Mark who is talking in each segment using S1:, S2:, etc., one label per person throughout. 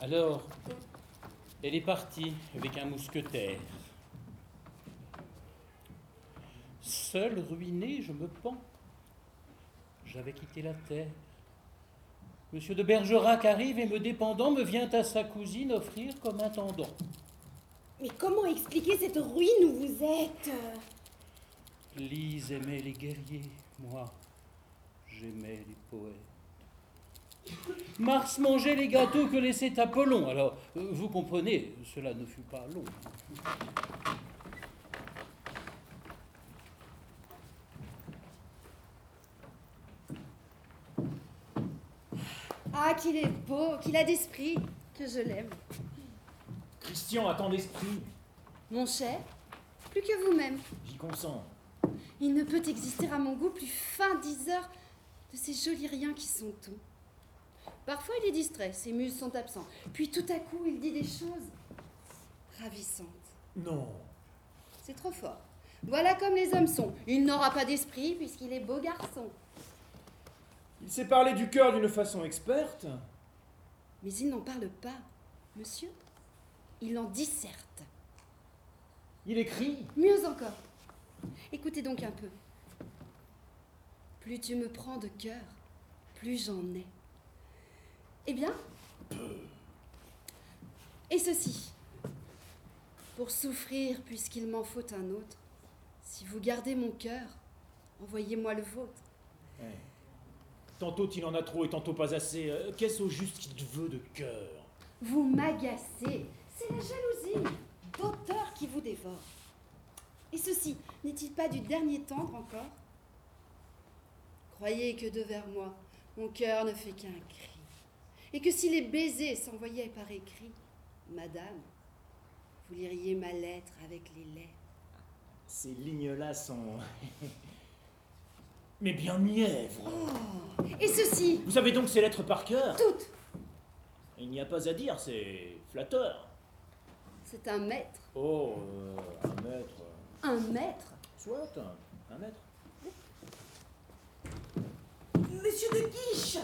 S1: Alors, elle est partie avec un mousquetaire. Seul ruiné, je me pends. J'avais quitté la terre. Monsieur de Bergerac arrive et me dépendant me vient à sa cousine offrir comme intendant.
S2: Mais comment expliquer cette ruine où vous êtes
S1: Lise aimait les guerriers, moi j'aimais les poètes. Mars mangeait les gâteaux que laissait Apollon. Alors, euh, vous comprenez, cela ne fut pas long.
S2: Ah, qu'il est beau, qu'il a d'esprit, que je l'aime.
S3: Christian a tant d'esprit,
S2: Mon cher, plus que vous-même,
S3: j'y consens.
S2: il ne peut exister à mon goût plus fin diseur de ces jolis riens qui sont tout. Parfois il est distrait, ses muses sont absents. Puis tout à coup il dit des choses ravissantes.
S3: Non.
S2: C'est trop fort. Voilà comme les hommes sont. Il n'aura pas d'esprit puisqu'il est beau garçon.
S3: Il sait parler du cœur d'une façon experte.
S2: Mais il n'en parle pas, monsieur. Il en disserte.
S3: Il écrit.
S2: Mieux encore. Écoutez donc un peu. Plus tu me prends de cœur, plus j'en ai. Eh bien Et ceci. Pour souffrir, puisqu'il m'en faut un autre, si vous gardez mon cœur, envoyez-moi le vôtre.
S3: Ouais. Tantôt il en a trop et tantôt pas assez. Euh, Qu'est-ce au juste qu'il veut de cœur
S2: Vous m'agacez. C'est la jalousie d'auteur qui vous dévore. Et ceci, n'est-il pas du dernier tendre encore Croyez que de vers moi, mon cœur ne fait qu'un cri. Et que si les baisers s'envoyaient par écrit, Madame, vous liriez ma lettre avec les lettres.
S3: Ces lignes-là sont. Mais bien mièvres
S2: Oh Et ceci,
S3: Vous savez donc ces lettres par cœur
S2: toutes,
S3: Il n'y a pas à dire, c'est flatteur.
S2: c'est un maître.
S3: Oh, euh, un maître.
S2: Un maître
S3: Soit, un maître.
S4: Monsieur de Guiche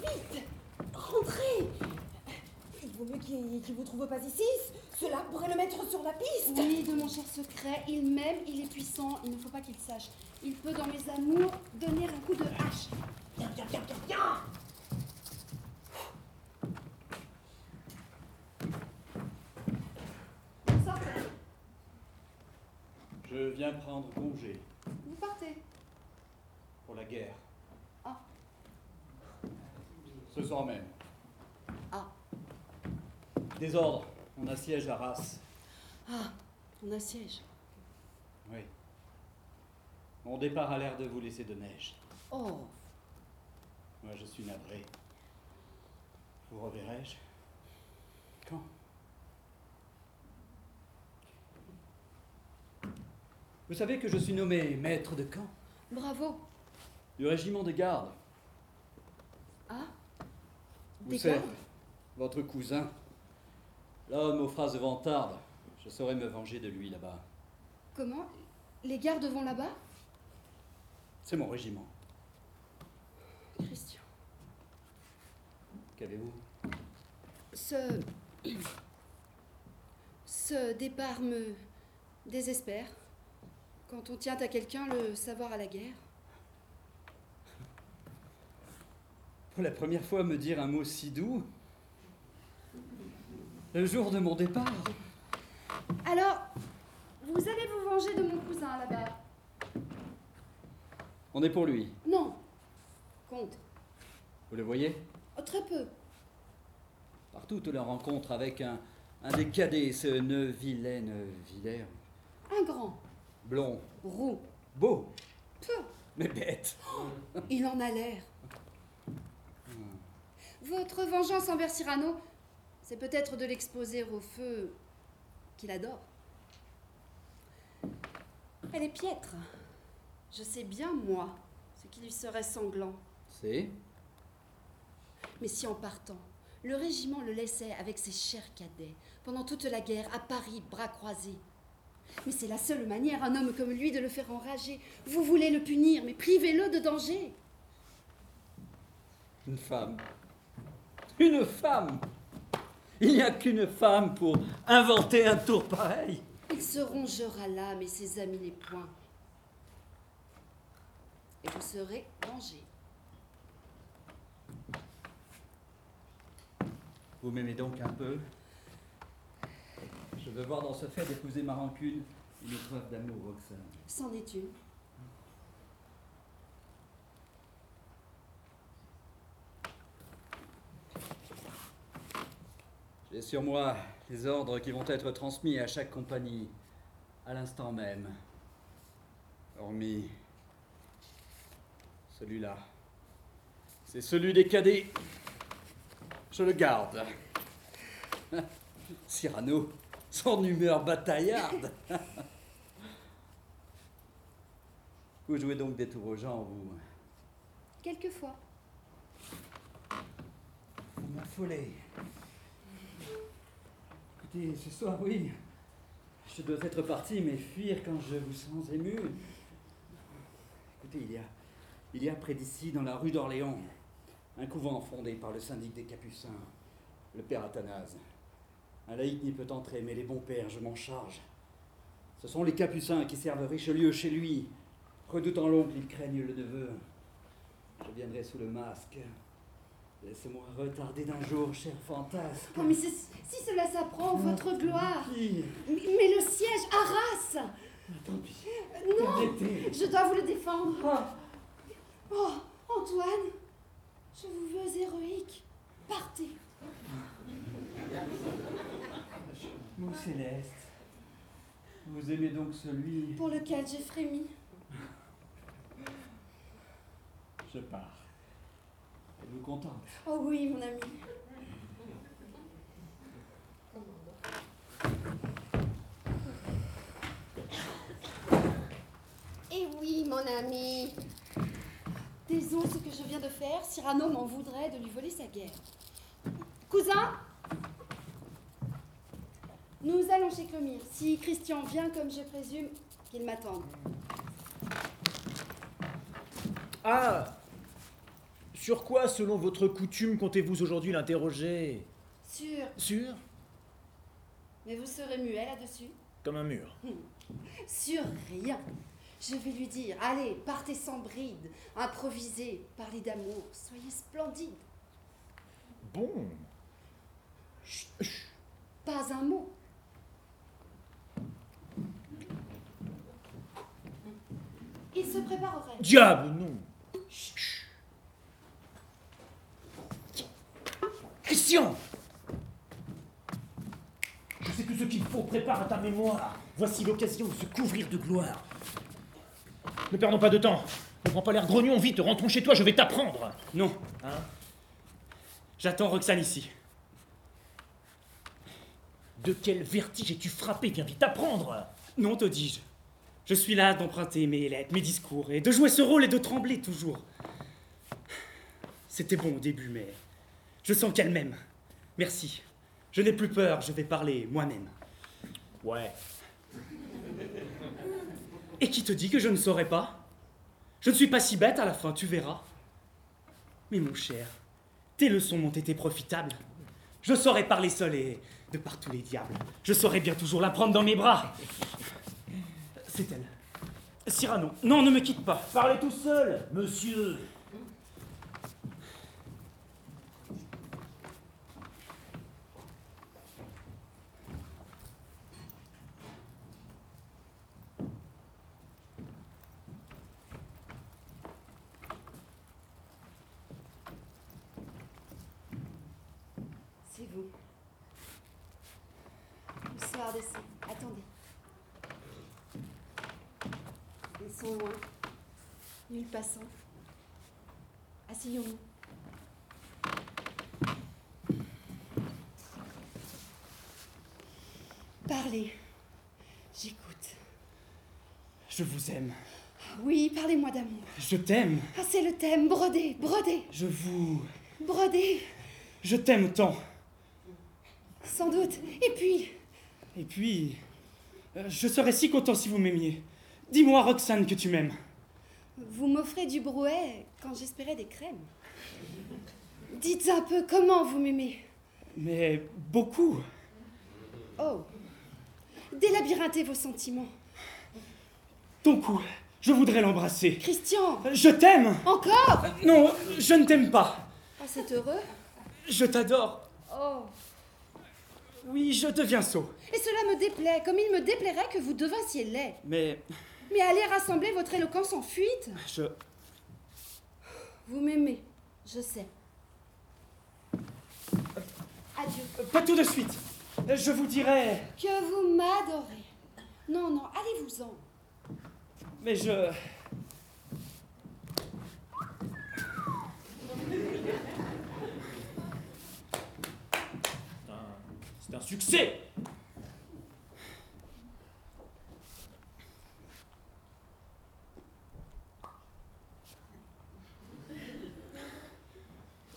S4: Vite Rentrez Il vaut mieux qu'il qu'il vous trouve pas ici. Cela pourrait le mettre sur la piste.
S2: Oui, de mon cher secret, il m'aime, il est puissant, il ne faut pas qu'il sache. Il peut, dans mes amours, donner un coup de hache.
S4: Viens, viens, viens, viens, viens
S2: Sortez,
S1: Je viens prendre congé
S2: vous partez.
S1: pour la guerre.
S2: Ah.
S1: Ce soir même.
S2: Ah.
S1: Désordre, on assiège la race.
S2: Ah, on assiège.
S1: Oui. Mon départ a l'air de vous laisser de neige.
S2: Oh,
S1: Moi, je suis navré. Vous reverrai-je Quand Vous savez que je suis nommé maître de camp
S2: bravo.
S1: du régiment de garde.
S2: Ah,
S1: Vous
S2: Des
S1: savez,
S2: gardes
S1: votre cousin, l'homme aux phrases vantardes, je saurais me venger de lui là-bas.
S2: comment Les gardes vont là-bas
S1: C'est mon régiment.
S2: Christian.
S1: Qu'avez-vous
S2: Ce. Ce départ me désespère. Quand on tient à quelqu'un le savoir à la guerre.
S1: Pour la première fois, me dire un mot si doux. Le jour de mon départ.
S2: Alors, vous allez vous venger de mon cousin là-bas
S1: On est pour lui.
S2: Non. Contre.
S1: Vous le voyez
S2: Oh, très peu.
S1: Partout où la rencontre avec un, un des cadets, ce Neuvillaine Villers.
S2: Un grand.
S1: Blond,
S2: Roux.
S1: beau,
S2: Peu.
S1: mais bête.
S2: Il en a l'air. Votre vengeance envers Cyrano, c'est peut-être de l'exposer au feu qu'il adore. Elle est piètre. Je sais bien, moi, ce qui lui serait sanglant.
S1: C'est
S2: Mais si en partant, le régiment le laissait avec ses chers cadets pendant toute la guerre à Paris, bras croisés. Mais c'est la seule manière, un homme comme lui, de le faire enrager. Vous voulez le punir, mais privez-le de danger.
S1: une femme. Une femme
S5: Il n'y a qu'une femme pour inventer un tour pareil.
S2: Il se rongera l'âme et ses amis les poings. Et vous serez vengé.
S5: Vous m'aimez donc un peu Je veux voir dans ce fait d'épouser ma rancune une épreuve d'amour, Roxane.
S2: C'en est une.
S5: J'ai sur moi les ordres qui vont être transmis à chaque compagnie à l'instant même. Hormis celui-là. C'est celui des cadets. Je le garde. Cyrano, son humeur bataillarde. vous jouez donc des tours aux gens, vous.
S2: Quelquefois.
S5: Vous m'affolez. Écoutez, ce soir, oui. Je dois être parti, mais fuir quand je vous sens ému. Écoutez, il y a, il y a près d'ici, dans la rue d'Orléans, un couvent fondé par le syndic des Capucins, le père Athanase. Un laïc n'y peut entrer, mais les bons pères, je m'en charge. Ce sont les Capucins qui servent Richelieu chez lui. Redoutant l'oncle, ils craignent le neveu. Je viendrai sous le masque. Laissez-moi retarder d'un jour, cher fantasme.
S2: Oh, mais c'est- si cela s'apprend, Oh, votre gloire.
S5: Qui
S2: Mais, mais le siège, Arras
S5: Tant pis.
S2: Non
S5: Arrêtez.
S2: Je dois vous le défendre.
S5: Ah,
S2: Oh, Antoine, je vous veux héroïque. Partez.
S5: mon céleste. Vous aimez donc celui.
S2: Pour lequel j'ai frémi.
S5: Je pars. Êtes-vous contente
S2: Oh oui, mon ami.
S4: Eh oui, mon ami.
S2: Taisons ce que je viens de faire. Cyrano m'en voudrait de lui voler sa guerre. Cousin Nous allons chez Clomir. Si Christian vient comme je présume, qu'il m'attende.
S3: Ah Sur quoi, selon votre coutume, comptez-vous aujourd'hui l'interroger
S2: Sûr.
S3: Sur
S2: Mais vous serez muet là-dessus
S3: Comme un mur.
S2: Sur rien. Je vais lui dire, allez, partez sans bride, improvisez, parlez d'amour, soyez splendide.
S3: Bon.
S2: Pas un mot. Il se préparerait.
S3: Diable, non Christian Je sais que ce qu'il faut prépare à ta mémoire. Voici l'occasion de se couvrir de gloire. Ne perdons pas de temps. Ne prends pas l'air grognon, vite, rentrons chez toi, je vais t'apprendre.
S5: Non.
S3: Hein
S5: J'attends Roxane ici.
S3: De quel vertige es-tu frappé Viens vite apprendre.
S6: Non, te dis-je. Je suis là d'emprunter mes lettres, mes discours, et de jouer ce rôle et de trembler toujours. C'était bon au début, mais je sens qu'elle m'aime. Merci. Je n'ai plus peur, je vais parler moi-même.
S3: Ouais.
S6: Et qui te dit que je ne saurais pas Je ne suis pas si bête à la fin, tu verras. Mais mon cher, tes leçons m'ont été profitables. Je saurais parler seul et de par tous les diables. Je saurais bien toujours la prendre dans mes bras. C'est elle. Cyrano, non, ne me quitte pas.
S3: Parlez tout seul, monsieur.
S2: C'est vous. Le soir des saints. Attendez. Ils sont loin. Nul passant. Asseyons-nous. Parlez. J'écoute.
S6: Je vous aime.
S2: Oui, parlez-moi d'amour.
S6: Je t'aime.
S2: Ah, c'est le thème. Brodez, brodez,
S6: Je vous.
S2: brodez.
S6: Je t'aime tant.
S2: Sans doute. Et puis,
S6: Et puis. euh, Je serais si content si vous m'aimiez. Dis-moi, Roxane, que tu m'aimes.
S2: Vous m'offrez du brouet quand j'espérais des crèmes. Dites un peu comment vous m'aimez.
S6: Mais beaucoup
S2: Oh Délabyrinthez vos sentiments.
S6: Ton cou, je voudrais l'embrasser.
S2: Christian
S6: Je t'aime
S2: Encore
S6: Non, je ne t'aime pas.
S2: Oh, c'est heureux.
S6: Je t'adore.
S2: Oh
S6: Oui, je deviens sot.
S2: Et cela me déplaît, comme il me déplairait que vous devinssiez laid.
S6: Mais
S2: Mais allez rassembler votre éloquence en fuite.
S6: je...
S2: Vous m'aimez, je sais. Adieu.
S6: Pas tout de suite. Je vous dirai...
S2: Que vous m'adorez. Non, non, allez-vous-en.
S6: Mais je...
S3: C'est un- C'est un succès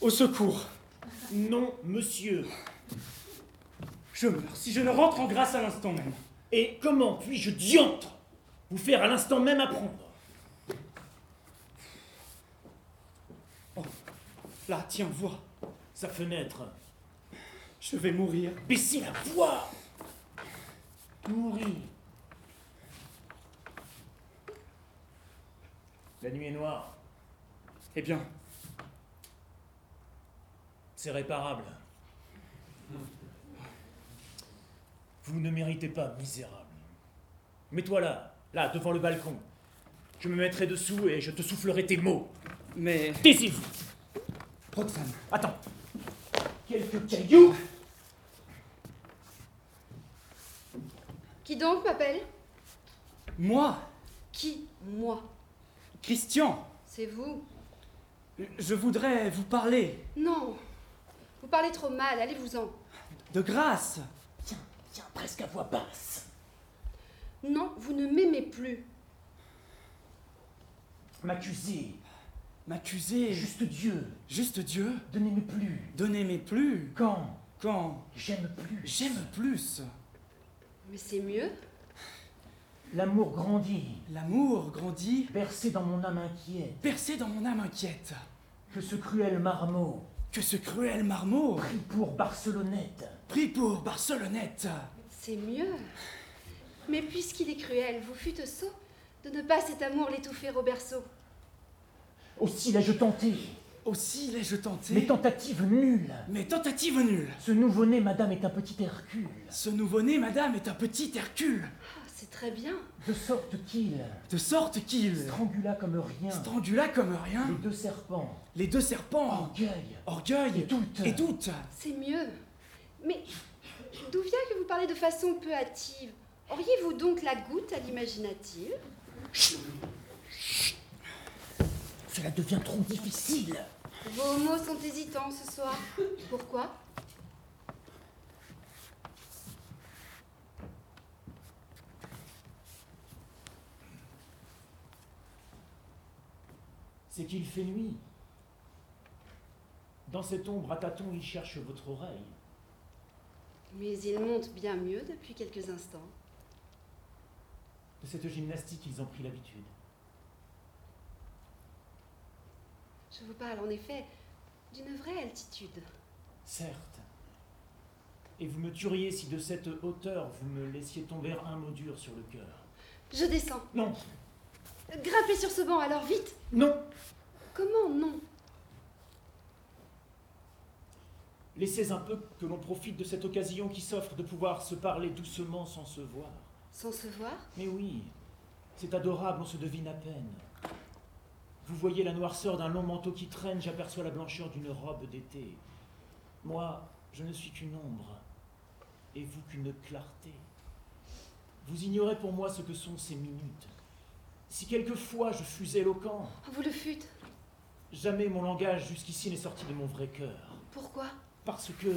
S6: Au secours.
S3: Non, monsieur.
S6: Je meurs si je ne rentre en grâce à l'instant même.
S3: Et comment puis-je diantre vous faire à l'instant même apprendre
S6: Là, tiens, vois.
S3: Sa fenêtre.
S6: Je vais mourir.
S3: Baissez la voix Mourir. La nuit est noire.
S6: Eh bien,
S3: C'est réparable. Vous ne méritez pas, misérable. Mets-toi là, là, devant le balcon. Je me mettrai dessous et je te soufflerai tes mots.
S6: mais...
S3: Taisez-vous
S6: Roxane,
S3: Attends. Quelques cailloux
S2: Qui donc m'appelle
S6: moi,
S2: Qui Moi.
S6: Christian,
S2: C'est vous
S6: je voudrais vous parler.
S2: Non. Vous parlez trop mal, allez-vous-en.
S6: De grâce.
S3: Tiens, presque à voix basse.
S2: Non, vous ne m'aimez plus.
S3: M'accuser,
S6: M'accuser.
S3: juste Dieu,
S6: Juste Dieu.
S3: donnez-me plus.
S6: Donner mes plus.
S3: Quand
S6: Quand
S3: j'aime plus.
S6: j'aime plus.
S2: Mais c'est mieux.
S3: L'amour grandit,
S6: L'amour grandit.
S3: bercé dans mon âme inquiète,
S6: Percé dans mon âme inquiète.
S3: que ce cruel marmot,
S6: Que ce cruel marmot.
S3: pris pour Barcelonnette,
S6: Pris pour Barcelonnette.
S2: C'est mieux. Mais puisqu'il est cruel, vous fûtes sot de ne pas cet amour l'étouffer au berceau.
S3: aussi l'ai-je tenté,
S6: Aussi l'ai-je tenté.
S3: mes tentatives nulles.
S6: Mes tentatives nulles.
S3: Ce nouveau-né, madame, est un petit Hercule,
S6: Ce nouveau-né, madame, est un petit Hercule.
S2: Ah, c'est très bien.
S3: de sorte qu'il
S6: De sorte qu'il.
S3: strangula comme rien
S6: Strangula comme rien.
S3: les deux serpents,
S6: Les deux serpents.
S3: orgueil,
S6: Orgueil.
S3: Et doute.
S6: Et doute.
S2: C'est mieux. Mais d'où vient que vous parlez de façon peu hâtive Auriez-vous donc la goutte à l'imaginative
S3: Cela devient trop difficile.
S2: Vos mots sont hésitants ce soir. Pourquoi
S3: C'est qu'il fait nuit. Dans cette ombre à tâtons, il cherche votre oreille.
S2: Mais il monte bien mieux depuis quelques instants.
S3: De cette gymnastique, ils ont pris l'habitude.
S2: Je vous parle en effet d'une vraie altitude.
S3: Certes. Et vous me tueriez si de cette hauteur vous me laissiez tomber un mot dur sur le cœur.
S2: Je descends.
S3: Non,
S2: Grimpez sur ce banc alors vite
S3: non
S2: Comment non
S3: Laissez un peu que l'on profite de cette occasion qui s'offre de pouvoir se parler doucement sans se voir.
S2: Sans se voir
S3: Mais oui, c'est adorable, on se devine à peine. Vous voyez la noirceur d'un long manteau qui traîne, j'aperçois la blancheur d'une robe d'été. Moi, je ne suis qu'une ombre, et vous qu'une clarté. Vous ignorez pour moi ce que sont ces minutes. Si quelquefois je fus éloquent,
S2: Oh, Vous le fûtes.
S3: jamais mon langage jusqu'ici n'est sorti de mon vrai cœur.
S2: Pourquoi
S3: Parce que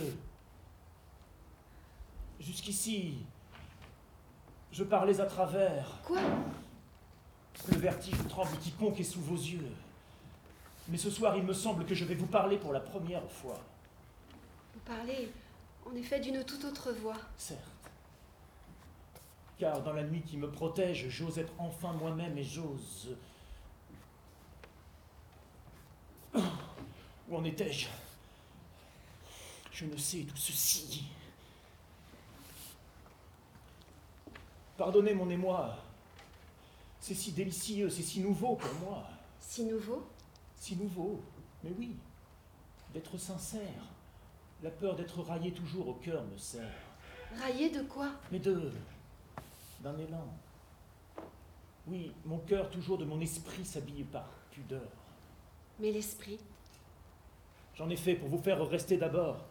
S3: jusqu'ici, je parlais à travers
S2: Quoi
S3: le vertige tremble quiconque est sous vos yeux. Mais ce soir, il me semble que je vais vous parler pour la première fois.
S2: Vous parlez en effet d'une toute autre voix.
S3: Certes. Car dans la nuit qui me protège, j'ose être enfin moi-même et j'ose. Où en étais-je Je ne sais tout ceci. Pardonnez mon émoi. C'est si délicieux, c'est si nouveau pour moi.
S2: Si nouveau
S3: Si nouveau, mais oui, d'être sincère. La peur d'être raillé toujours au cœur me sert.
S2: Raillé de quoi
S3: Mais de. d'un élan. Oui, mon cœur toujours de mon esprit s'habille par pudeur.
S2: Mais l'esprit
S3: J'en ai fait pour vous faire rester d'abord.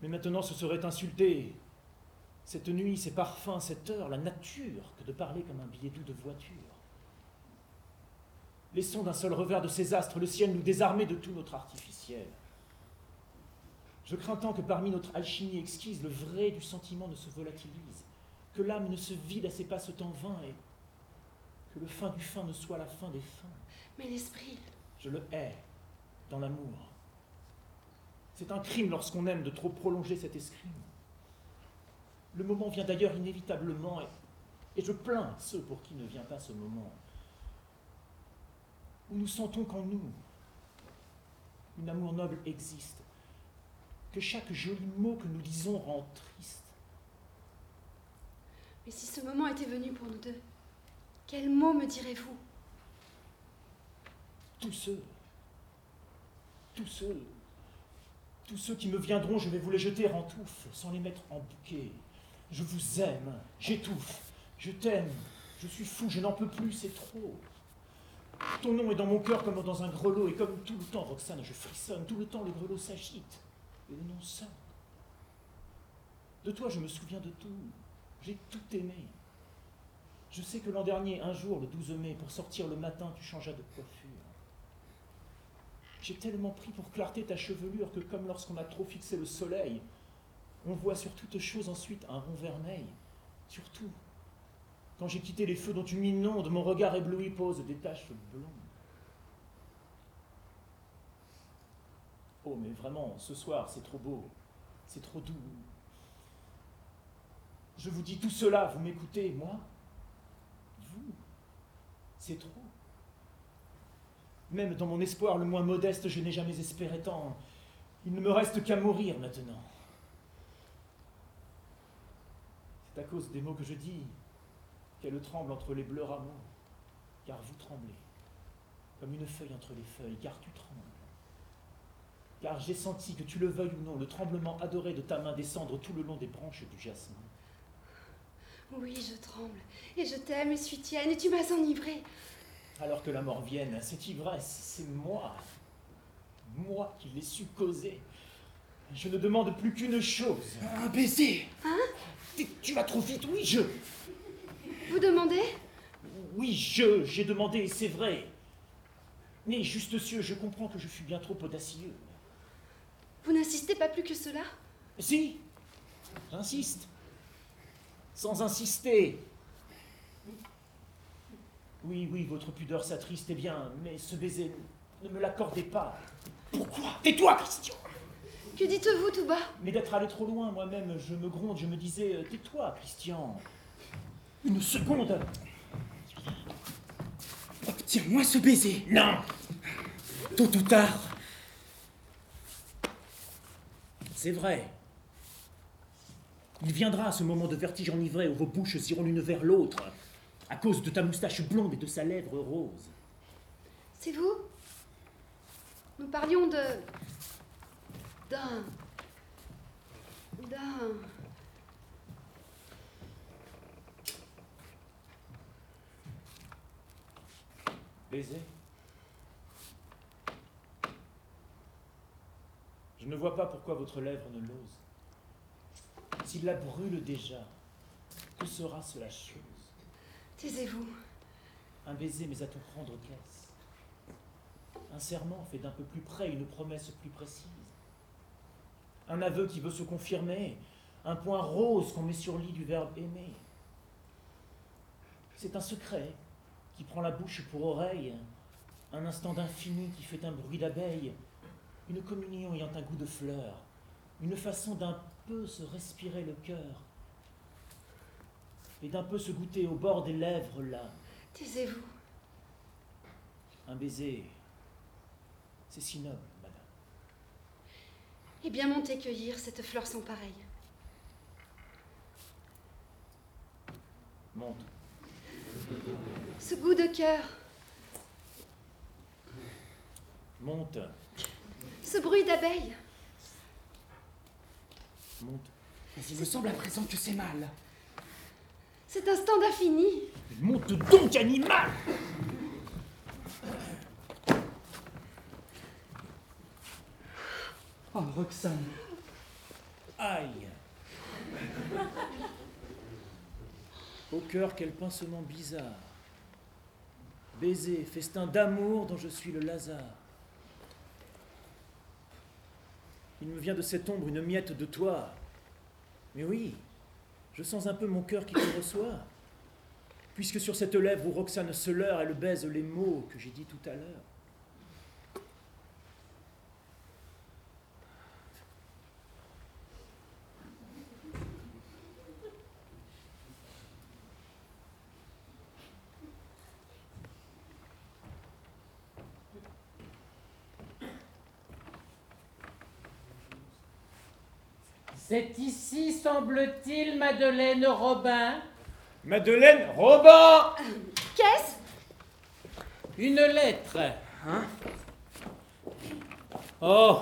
S3: Mais maintenant, ce serait insulter. Cette nuit, ces parfums, cette heure, la nature, que de parler comme un billet doux de voiture. Laissons d'un seul revers de ces astres le ciel nous désarmer de tout notre artificiel. Je crains tant que parmi notre alchimie exquise, le vrai du sentiment ne se volatilise, que l'âme ne se vide à ses pas ce temps vain et que le fin du fin ne soit la fin des fins.
S2: Mais l'esprit
S3: Je le hais dans l'amour. C'est un crime lorsqu'on aime de trop prolonger cet escrime. Le moment vient d'ailleurs inévitablement et, et je plains ceux pour qui ne vient pas ce moment où nous sentons qu'en nous, une amour noble existe, que chaque joli mot que nous disons rend triste.
S2: Mais si ce moment était venu pour nous deux, quel mot me direz-vous
S3: Tous ceux, tous ceux, tous ceux qui me viendront, je vais vous les jeter en touffe, sans les mettre en bouquet. Je vous aime, j'étouffe, je t'aime, je suis fou, je n'en peux plus, c'est trop. Ton nom est dans mon cœur comme dans un grelot, et comme tout le temps, Roxane, je frissonne, tout le temps le grelot s'agite, et le nom sonne. De toi, je me souviens de tout, j'ai tout aimé. Je sais que l'an dernier, un jour, le 12 mai, pour sortir le matin, tu changeas de coiffure. J'ai tellement pris pour clarté ta chevelure que, comme lorsqu'on a trop fixé le soleil, on voit sur toute chose ensuite un rond vermeil. Surtout, quand j'ai quitté les feux dont tu m'inondes, mon regard ébloui pose des taches blondes. Oh, mais vraiment, ce soir, c'est trop beau, c'est trop doux. Je vous dis tout cela, vous m'écoutez, moi Vous C'est trop. Même dans mon espoir le moins modeste, je n'ai jamais espéré tant. Il ne me reste qu'à mourir maintenant. C'est à cause des mots que je dis qu'elle tremble entre les bleus rameaux, car vous tremblez, comme une feuille entre les feuilles, car tu trembles. Car j'ai senti, que tu le veuilles ou non, le tremblement adoré de ta main descendre tout le long des branches du jasmin.
S2: Oui, je tremble, et je t'aime, et suis tienne, et tu m'as enivrée.
S3: Alors que la mort vienne, cette ivresse, c'est moi, moi qui l'ai su causer. Je ne demande plus qu'une chose. Un baiser Hein Tu vas trop vite, oui, je.
S2: Vous demandez
S3: Oui, je, j'ai demandé, c'est vrai. Mais juste cieux, je comprends que je fus bien trop audacieux.
S2: Vous n'insistez pas plus que cela
S3: Si J'insiste. Sans insister. Oui, oui, votre pudeur s'attriste, eh bien, mais ce baiser, ne me l'accordez pas. Pourquoi Tais-toi, Christian
S2: Que dites-vous tout bas
S3: Mais d'être allé trop loin, moi-même, je me gronde, je me disais, euh, tais-toi, Christian. Une seconde
S6: Obtiens-moi ce baiser,
S3: Non
S6: tôt ou tard. C'est vrai.
S3: Il viendra ce moment de vertige enivré où vos bouches iront l'une vers l'autre, à cause de ta moustache blonde et de sa lèvre rose.
S2: C'est vous Nous parlions de. d'un. d'un.
S3: Baiser Je ne vois pas pourquoi votre lèvre ne l'ose. S'il la brûle déjà, que sera cela chose
S2: Taisez-vous.
S3: Un baiser, mais à tout prendre caisse. Un serment fait d'un peu plus près, une promesse plus précise. Un aveu qui veut se confirmer. Un point rose qu'on met sur lit du verbe aimer. C'est un secret qui prend la bouche pour oreille. Un instant d'infini qui fait un bruit d'abeille. Une communion ayant un goût de fleur. Une façon d'un peu se respirer le cœur. Et d'un peu se goûter au bord des lèvres là.
S2: Taisez-vous.
S3: Un baiser, c'est si noble, madame.
S2: et Eh bien monter cueillir cette fleur sans pareille.
S3: Monte.
S2: Ce goût de cœur,
S3: Monte.
S2: ce bruit d'abeille.
S3: Monte.
S6: Mais il me semble à présent que c'est mal.
S2: Cet instant d'infini,
S3: Monte donc, animal
S6: Oh, Roxane.
S3: Aïe Au cœur, quel pincement bizarre. Baiser, festin d'amour dont je suis le Lazare. Il me vient de cette ombre une miette de toi. Mais oui, je sens un peu mon cœur qui te reçoit. Puisque sur cette lèvre où Roxane se leurre, elle baise les mots que j'ai dit tout à l'heure.
S1: C'est ici, semble-t-il, Madeleine Robin.
S3: Madeleine Robin
S2: qu'est-ce
S1: Une lettre. Oh,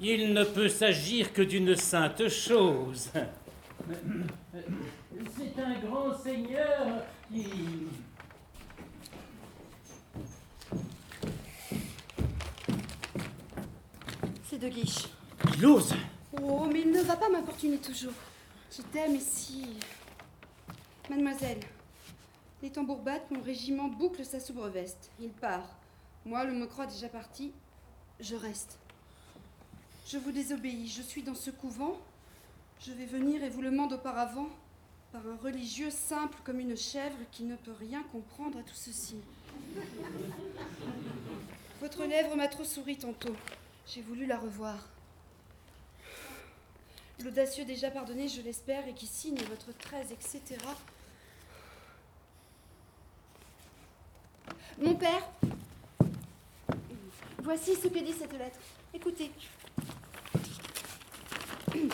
S1: il ne peut s'agir que d'une sainte chose. C'est un grand seigneur qui...
S2: C'est de Guiche.
S7: Il ose
S2: Oh, mais il ne va pas m'importuner toujours. Je t'aime ici. Mademoiselle, les tambours battent, mon régiment boucle sa soubreveste. Il part. Moi, le mocroix déjà parti, je reste. Je vous désobéis, je suis dans ce couvent. Je vais venir et vous le mande auparavant par un religieux simple comme une chèvre qui ne peut rien comprendre à tout ceci. Votre lèvre m'a trop souri tantôt. J'ai voulu la revoir. L'audacieux déjà pardonné, je l'espère, et qui signe votre 13, etc. Mon père Voici ce que dit cette lettre. Écoutez.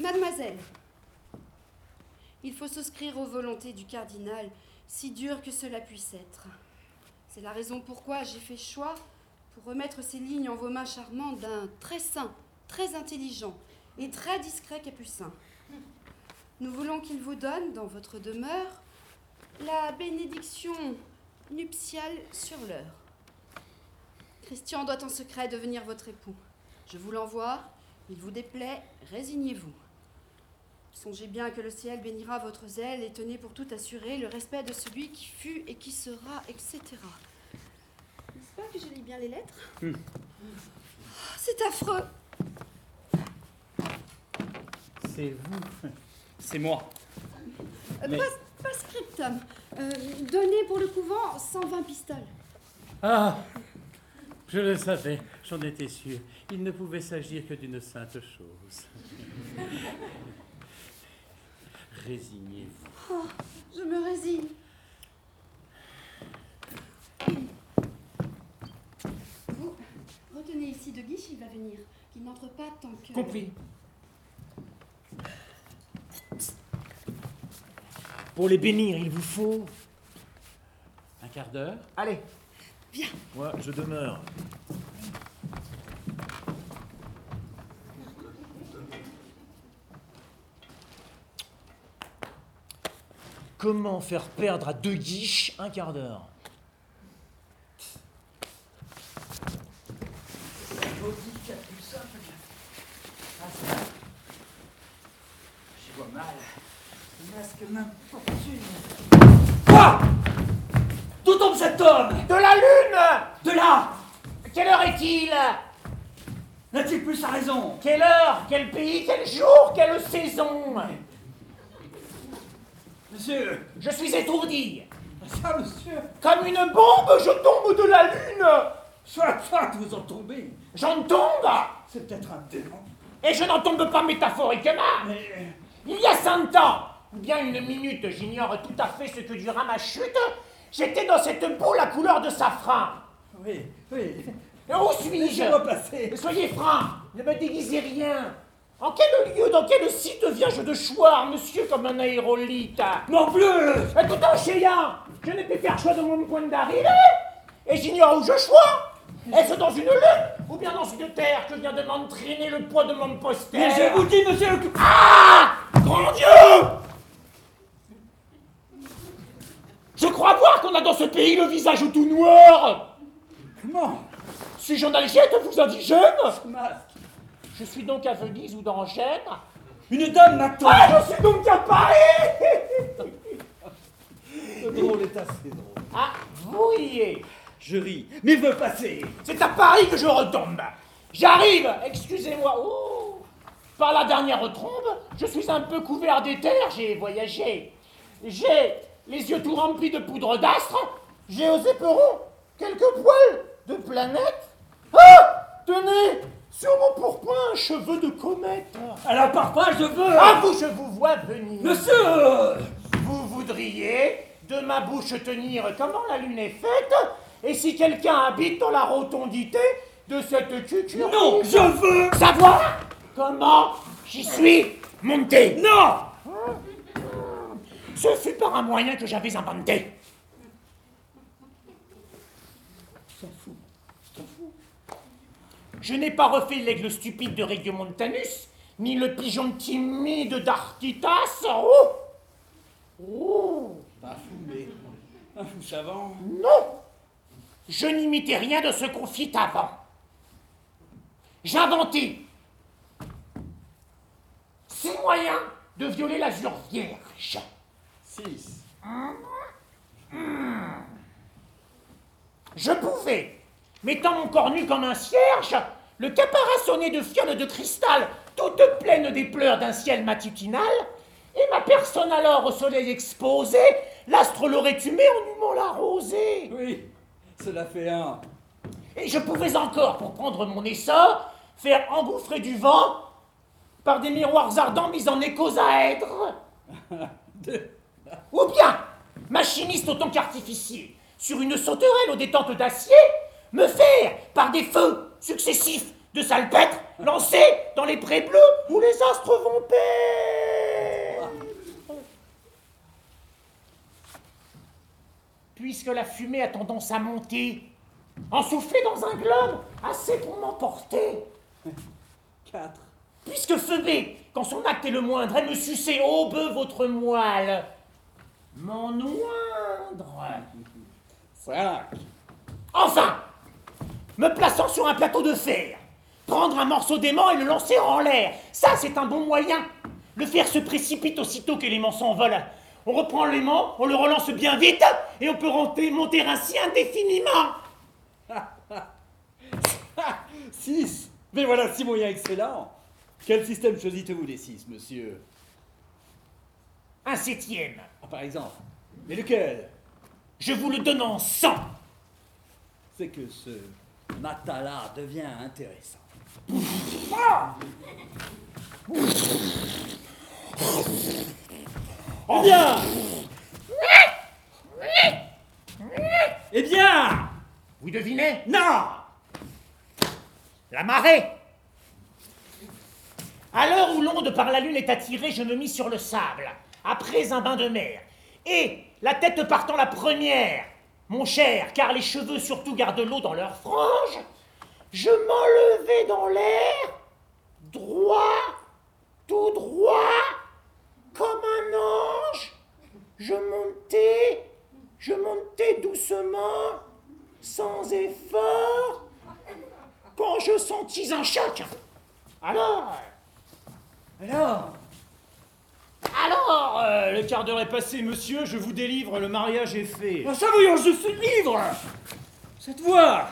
S2: Mademoiselle, il faut souscrire aux volontés du cardinal, si dur que cela puisse être. C'est la raison pourquoi j'ai fait choix pour remettre ces lignes en vos mains charmantes d'un très saint très intelligent et très discret capucin. Nous voulons qu'il vous donne, dans votre demeure, la bénédiction nuptiale sur l'heure. Christian doit en secret devenir votre époux. Je vous l'envoie, il vous déplaît, résignez-vous. Songez bien que le ciel bénira votre zèle et tenez pour tout assurer le respect de celui qui fut et qui sera, etc. N'est-ce pas que je lis bien les lettres Oh, C'est affreux
S7: C'est vous. C'est moi.
S2: Euh,
S7: Mais-
S2: Pas, pas scriptum. Euh, donnez pour le couvent 120 pistoles.
S1: Ah, je le savais, j'en étais sûr. Il ne pouvait s'agir que d'une sainte chose. Résignez-vous.
S2: Je me résigne. Vous, retenez ici de guiche, il va venir. Qu'il n'entre pas tant que...
S7: Compris. Pour les bénir, il vous faut.
S1: Un quart d'heure
S7: Allez
S3: Moi, je demeure. Comment faire perdre à deux guiches un quart d'heure
S6: Maudit Capucin. Ah, ça. J'y vois mal. Le masque m'importune. Quoi D'où tombe cet homme
S1: De la lune
S6: De là
S1: Quelle heure est-il
S6: N'a-t-il plus sa raison
S1: Quelle heure Quel pays Quel jour Quelle saison
S6: Monsieur
S1: Je suis étourdi.
S6: Ça, monsieur
S1: Comme une bombe, je tombe de la lune.
S6: Soit, soit vous en tombez
S1: J'en tombe
S6: C'est peut-être un démon.
S1: Et je n'en tombe pas métaphoriquement.
S6: Mais.
S1: Il y a cent ans, ou bien une minute, j'ignore tout à fait ce que dura ma chute, j'étais dans cette boule à couleur de safran.
S6: Oui, oui.
S1: Et
S3: Où suis-je
S6: Laissez-moi passer.
S3: Soyez franc, ne me déguisez rien. En quel lieu, dans quel site viens-je de choir, monsieur, comme un aérolite
S6: Non plus
S3: Mais tout en chiant, je n'ai pu faire choix de mon point d'arrivée, et j'ignore où je choix. Est-ce dans une lutte ou bien dans une terre que vient de m'entraîner le poids de mon poster Ah
S6: Mais je vous dis, monsieur le cu-
S3: Grand Dieu Je crois voir qu'on a dans ce pays le visage tout noir
S5: Comment
S3: Suis-je en Algète, vous indigène
S5: Ce masque
S3: Je suis donc à Venise ou dans Gênes
S5: Une dame m'attend
S3: Ah, je suis donc à Paris
S5: Le drôle est assez drôle.
S3: Ah, vous y êtes
S5: Je ris, mais veux passer
S3: C'est à Paris que je retombe J'arrive Excusez-moi Oh Par la dernière trombe, je suis un peu couvert d'éther, j'ai voyagé. J'ai les yeux tout remplis de poudre d'astre, j'ai aux éperons quelques poils de planète. Ah Tenez Sur mon pourpoint, un cheveu de comète
S6: À la parpaing, je veux
S3: Ah, vous, je vous vois venir
S6: Monsieur
S3: Vous voudriez de ma bouche tenir comment la lune est faite, et si quelqu'un habite dans la rotondité de cette culture
S6: Non, je veux
S3: Savoir comment j'y suis monté Hein?
S6: Non
S3: Ce fut par un moyen que j'avais inventé. Je m'en fous, je m'en fous. Je n'ai pas refait l'aigle stupide de Regiomontanus, ni le pigeon timide d'Artitas. Oh Oh
S5: Pas fou, mais... Un fou savant
S3: Non Je n'imitais rien de ce qu'on fit avant. J'inventais six moyens de violer l'azur vierge.
S5: 6.
S3: Je pouvais, mettant mon corps nu comme un cierge, le caparaçonner de fioles de cristal, toutes pleines des pleurs d'un ciel matutinal, et ma personne alors au soleil exposée, l'astre l'aurait humée en humant la rosée.
S5: Oui, cela fait un.
S3: Et je pouvais encore, pour prendre mon essor, faire engouffrer du vent par des miroirs ardents mis en écosaèdre. Ou bien, machiniste autant qu'artificier, sur une sauterelle aux détentes d'acier, me faire, par des feux successifs de salpêtre, lancer dans les prés bleus où les astres vont paix. Puisque la fumée a tendance à monter, en souffler dans un globe, assez pour m'emporter.
S5: 4.
S3: Puisque Phoebé, quand son acte est le moindre, elle me sucer, ô bœuf, votre moelle. M'en noindre.
S5: 5.
S3: Enfin, me plaçant sur un plateau de fer, prendre un morceau d'aimant et le lancer en l'air, ça c'est un bon moyen. Le fer se précipite aussitôt que l'aimant s'envole. On reprend l'aimant, on le relance bien vite, et on peut monter, monter ainsi indéfiniment.
S5: 6. Mais voilà six moyens excellents. Quel système choisissez-vous les 6, monsieur
S3: Un septième,
S5: Ah, Par exemple. Mais lequel
S3: je vous le donne en cent.
S5: C'est que ce matala devient intéressant.
S6: Eh bien Eh bien
S3: Vous devinez
S6: Non
S3: La marée À l'heure où l'onde par la lune est attirée, je me mis sur le sable, après un bain de mer. Et, la tête partant la première, mon cher, car les cheveux surtout gardent l'eau dans leurs franges, je m'enlevai dans l'air, droit, tout droit, comme un ange. Je montais, je montais doucement, sans effort, quand je sentis un choc. Alors
S5: Alors
S3: Alors euh,
S6: Le quart d'heure est passé, monsieur, je vous délivre, le mariage est fait.
S5: Ça voyons, je suis libre
S6: Cette voix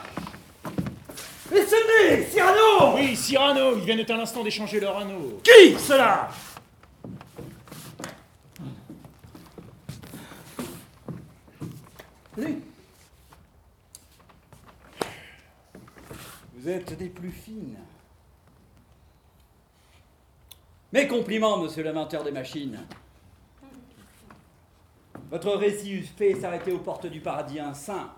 S5: Mais ce n'est Cyrano
S6: Oui, Cyrano, ils viennent à l'instant d'échanger leur anneau.
S5: Qui cela Vous êtes des plus fines. Mes compliments, monsieur l'inventeur des machines. Votre récit eût fait s'arrêter aux portes du paradis un saint.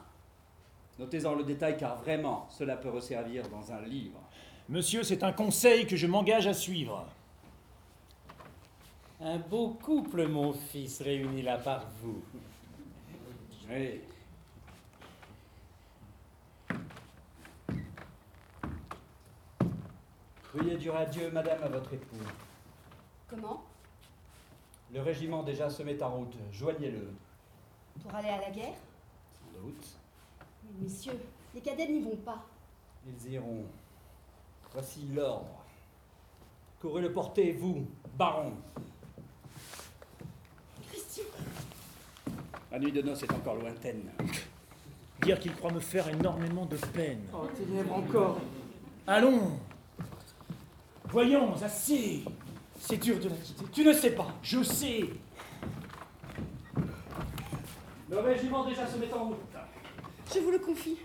S5: Notez-en le détail car vraiment, cela peut resservir dans un livre.
S3: Monsieur, c'est un conseil que je m'engage à suivre.
S8: Un beau couple, mon fils, réuni là par vous.
S5: Oui. Priez du adieu, madame, à votre époux.
S2: Comment
S5: Le régiment déjà se met en route. Joignez-le.
S2: Pour aller à la guerre
S5: Sans doute.
S2: Mais messieurs, les cadets n'y vont pas.
S5: Ils iront. Voici l'ordre. Courez le porter, vous, baron.
S4: Christian,
S5: La nuit de noces est encore lointaine.
S3: Dire qu'il croit me faire énormément de peine.
S5: Oh, encore.
S3: Allons Voyons, assez C'est dur de la quitter. Tu ne sais pas. Je sais.
S5: Le régiment déjà se met en route.
S2: Je vous le confie.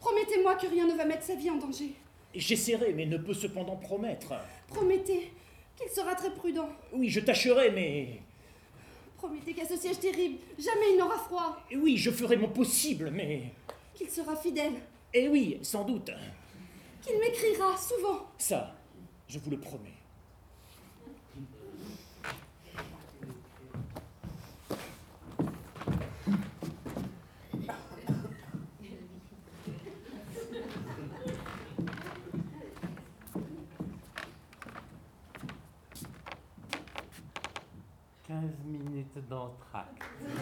S2: Promettez-moi que rien ne va mettre sa vie en danger.
S6: J'essaierai, mais ne peux cependant promettre.
S2: Promettez qu'il sera très prudent.
S6: Oui, je tâcherai, mais.
S2: Promettez qu'à ce siège terrible, jamais il n'aura froid.
S6: Eh Oui, je ferai mon possible, mais.
S2: Qu'il sera fidèle.
S6: Eh oui, sans doute.
S2: Qu'il m'écrira souvent.
S6: Ça, je vous le promets.
S8: Quinze minutes d'entraque.